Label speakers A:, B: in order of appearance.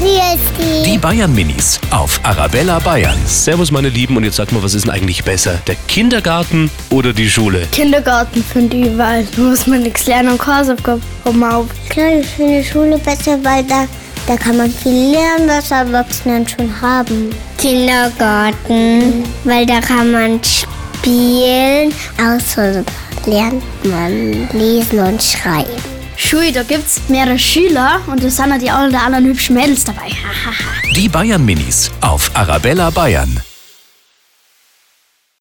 A: Wie ist
B: Die Bayern Minis auf Arabella Bayern.
C: Servus, meine Lieben, und jetzt sagt mal, was ist denn eigentlich besser? Der Kindergarten oder die Schule?
D: Kindergarten finde ich überall. Da muss man nichts lernen und keine Hausaufgaben auf.
A: Klar, ich finde Schule besser, weil da, da kann man viel lernen, was Erwachsenen schon haben. Kindergarten, weil da kann man spielen. Außer Also, lernt man lesen und schreiben.
D: Schule, da gibt es mehrere Schüler und da sind ja die ein oder anderen hübschen Mädels dabei.
B: Die Bayern Minis auf Arabella Bayern.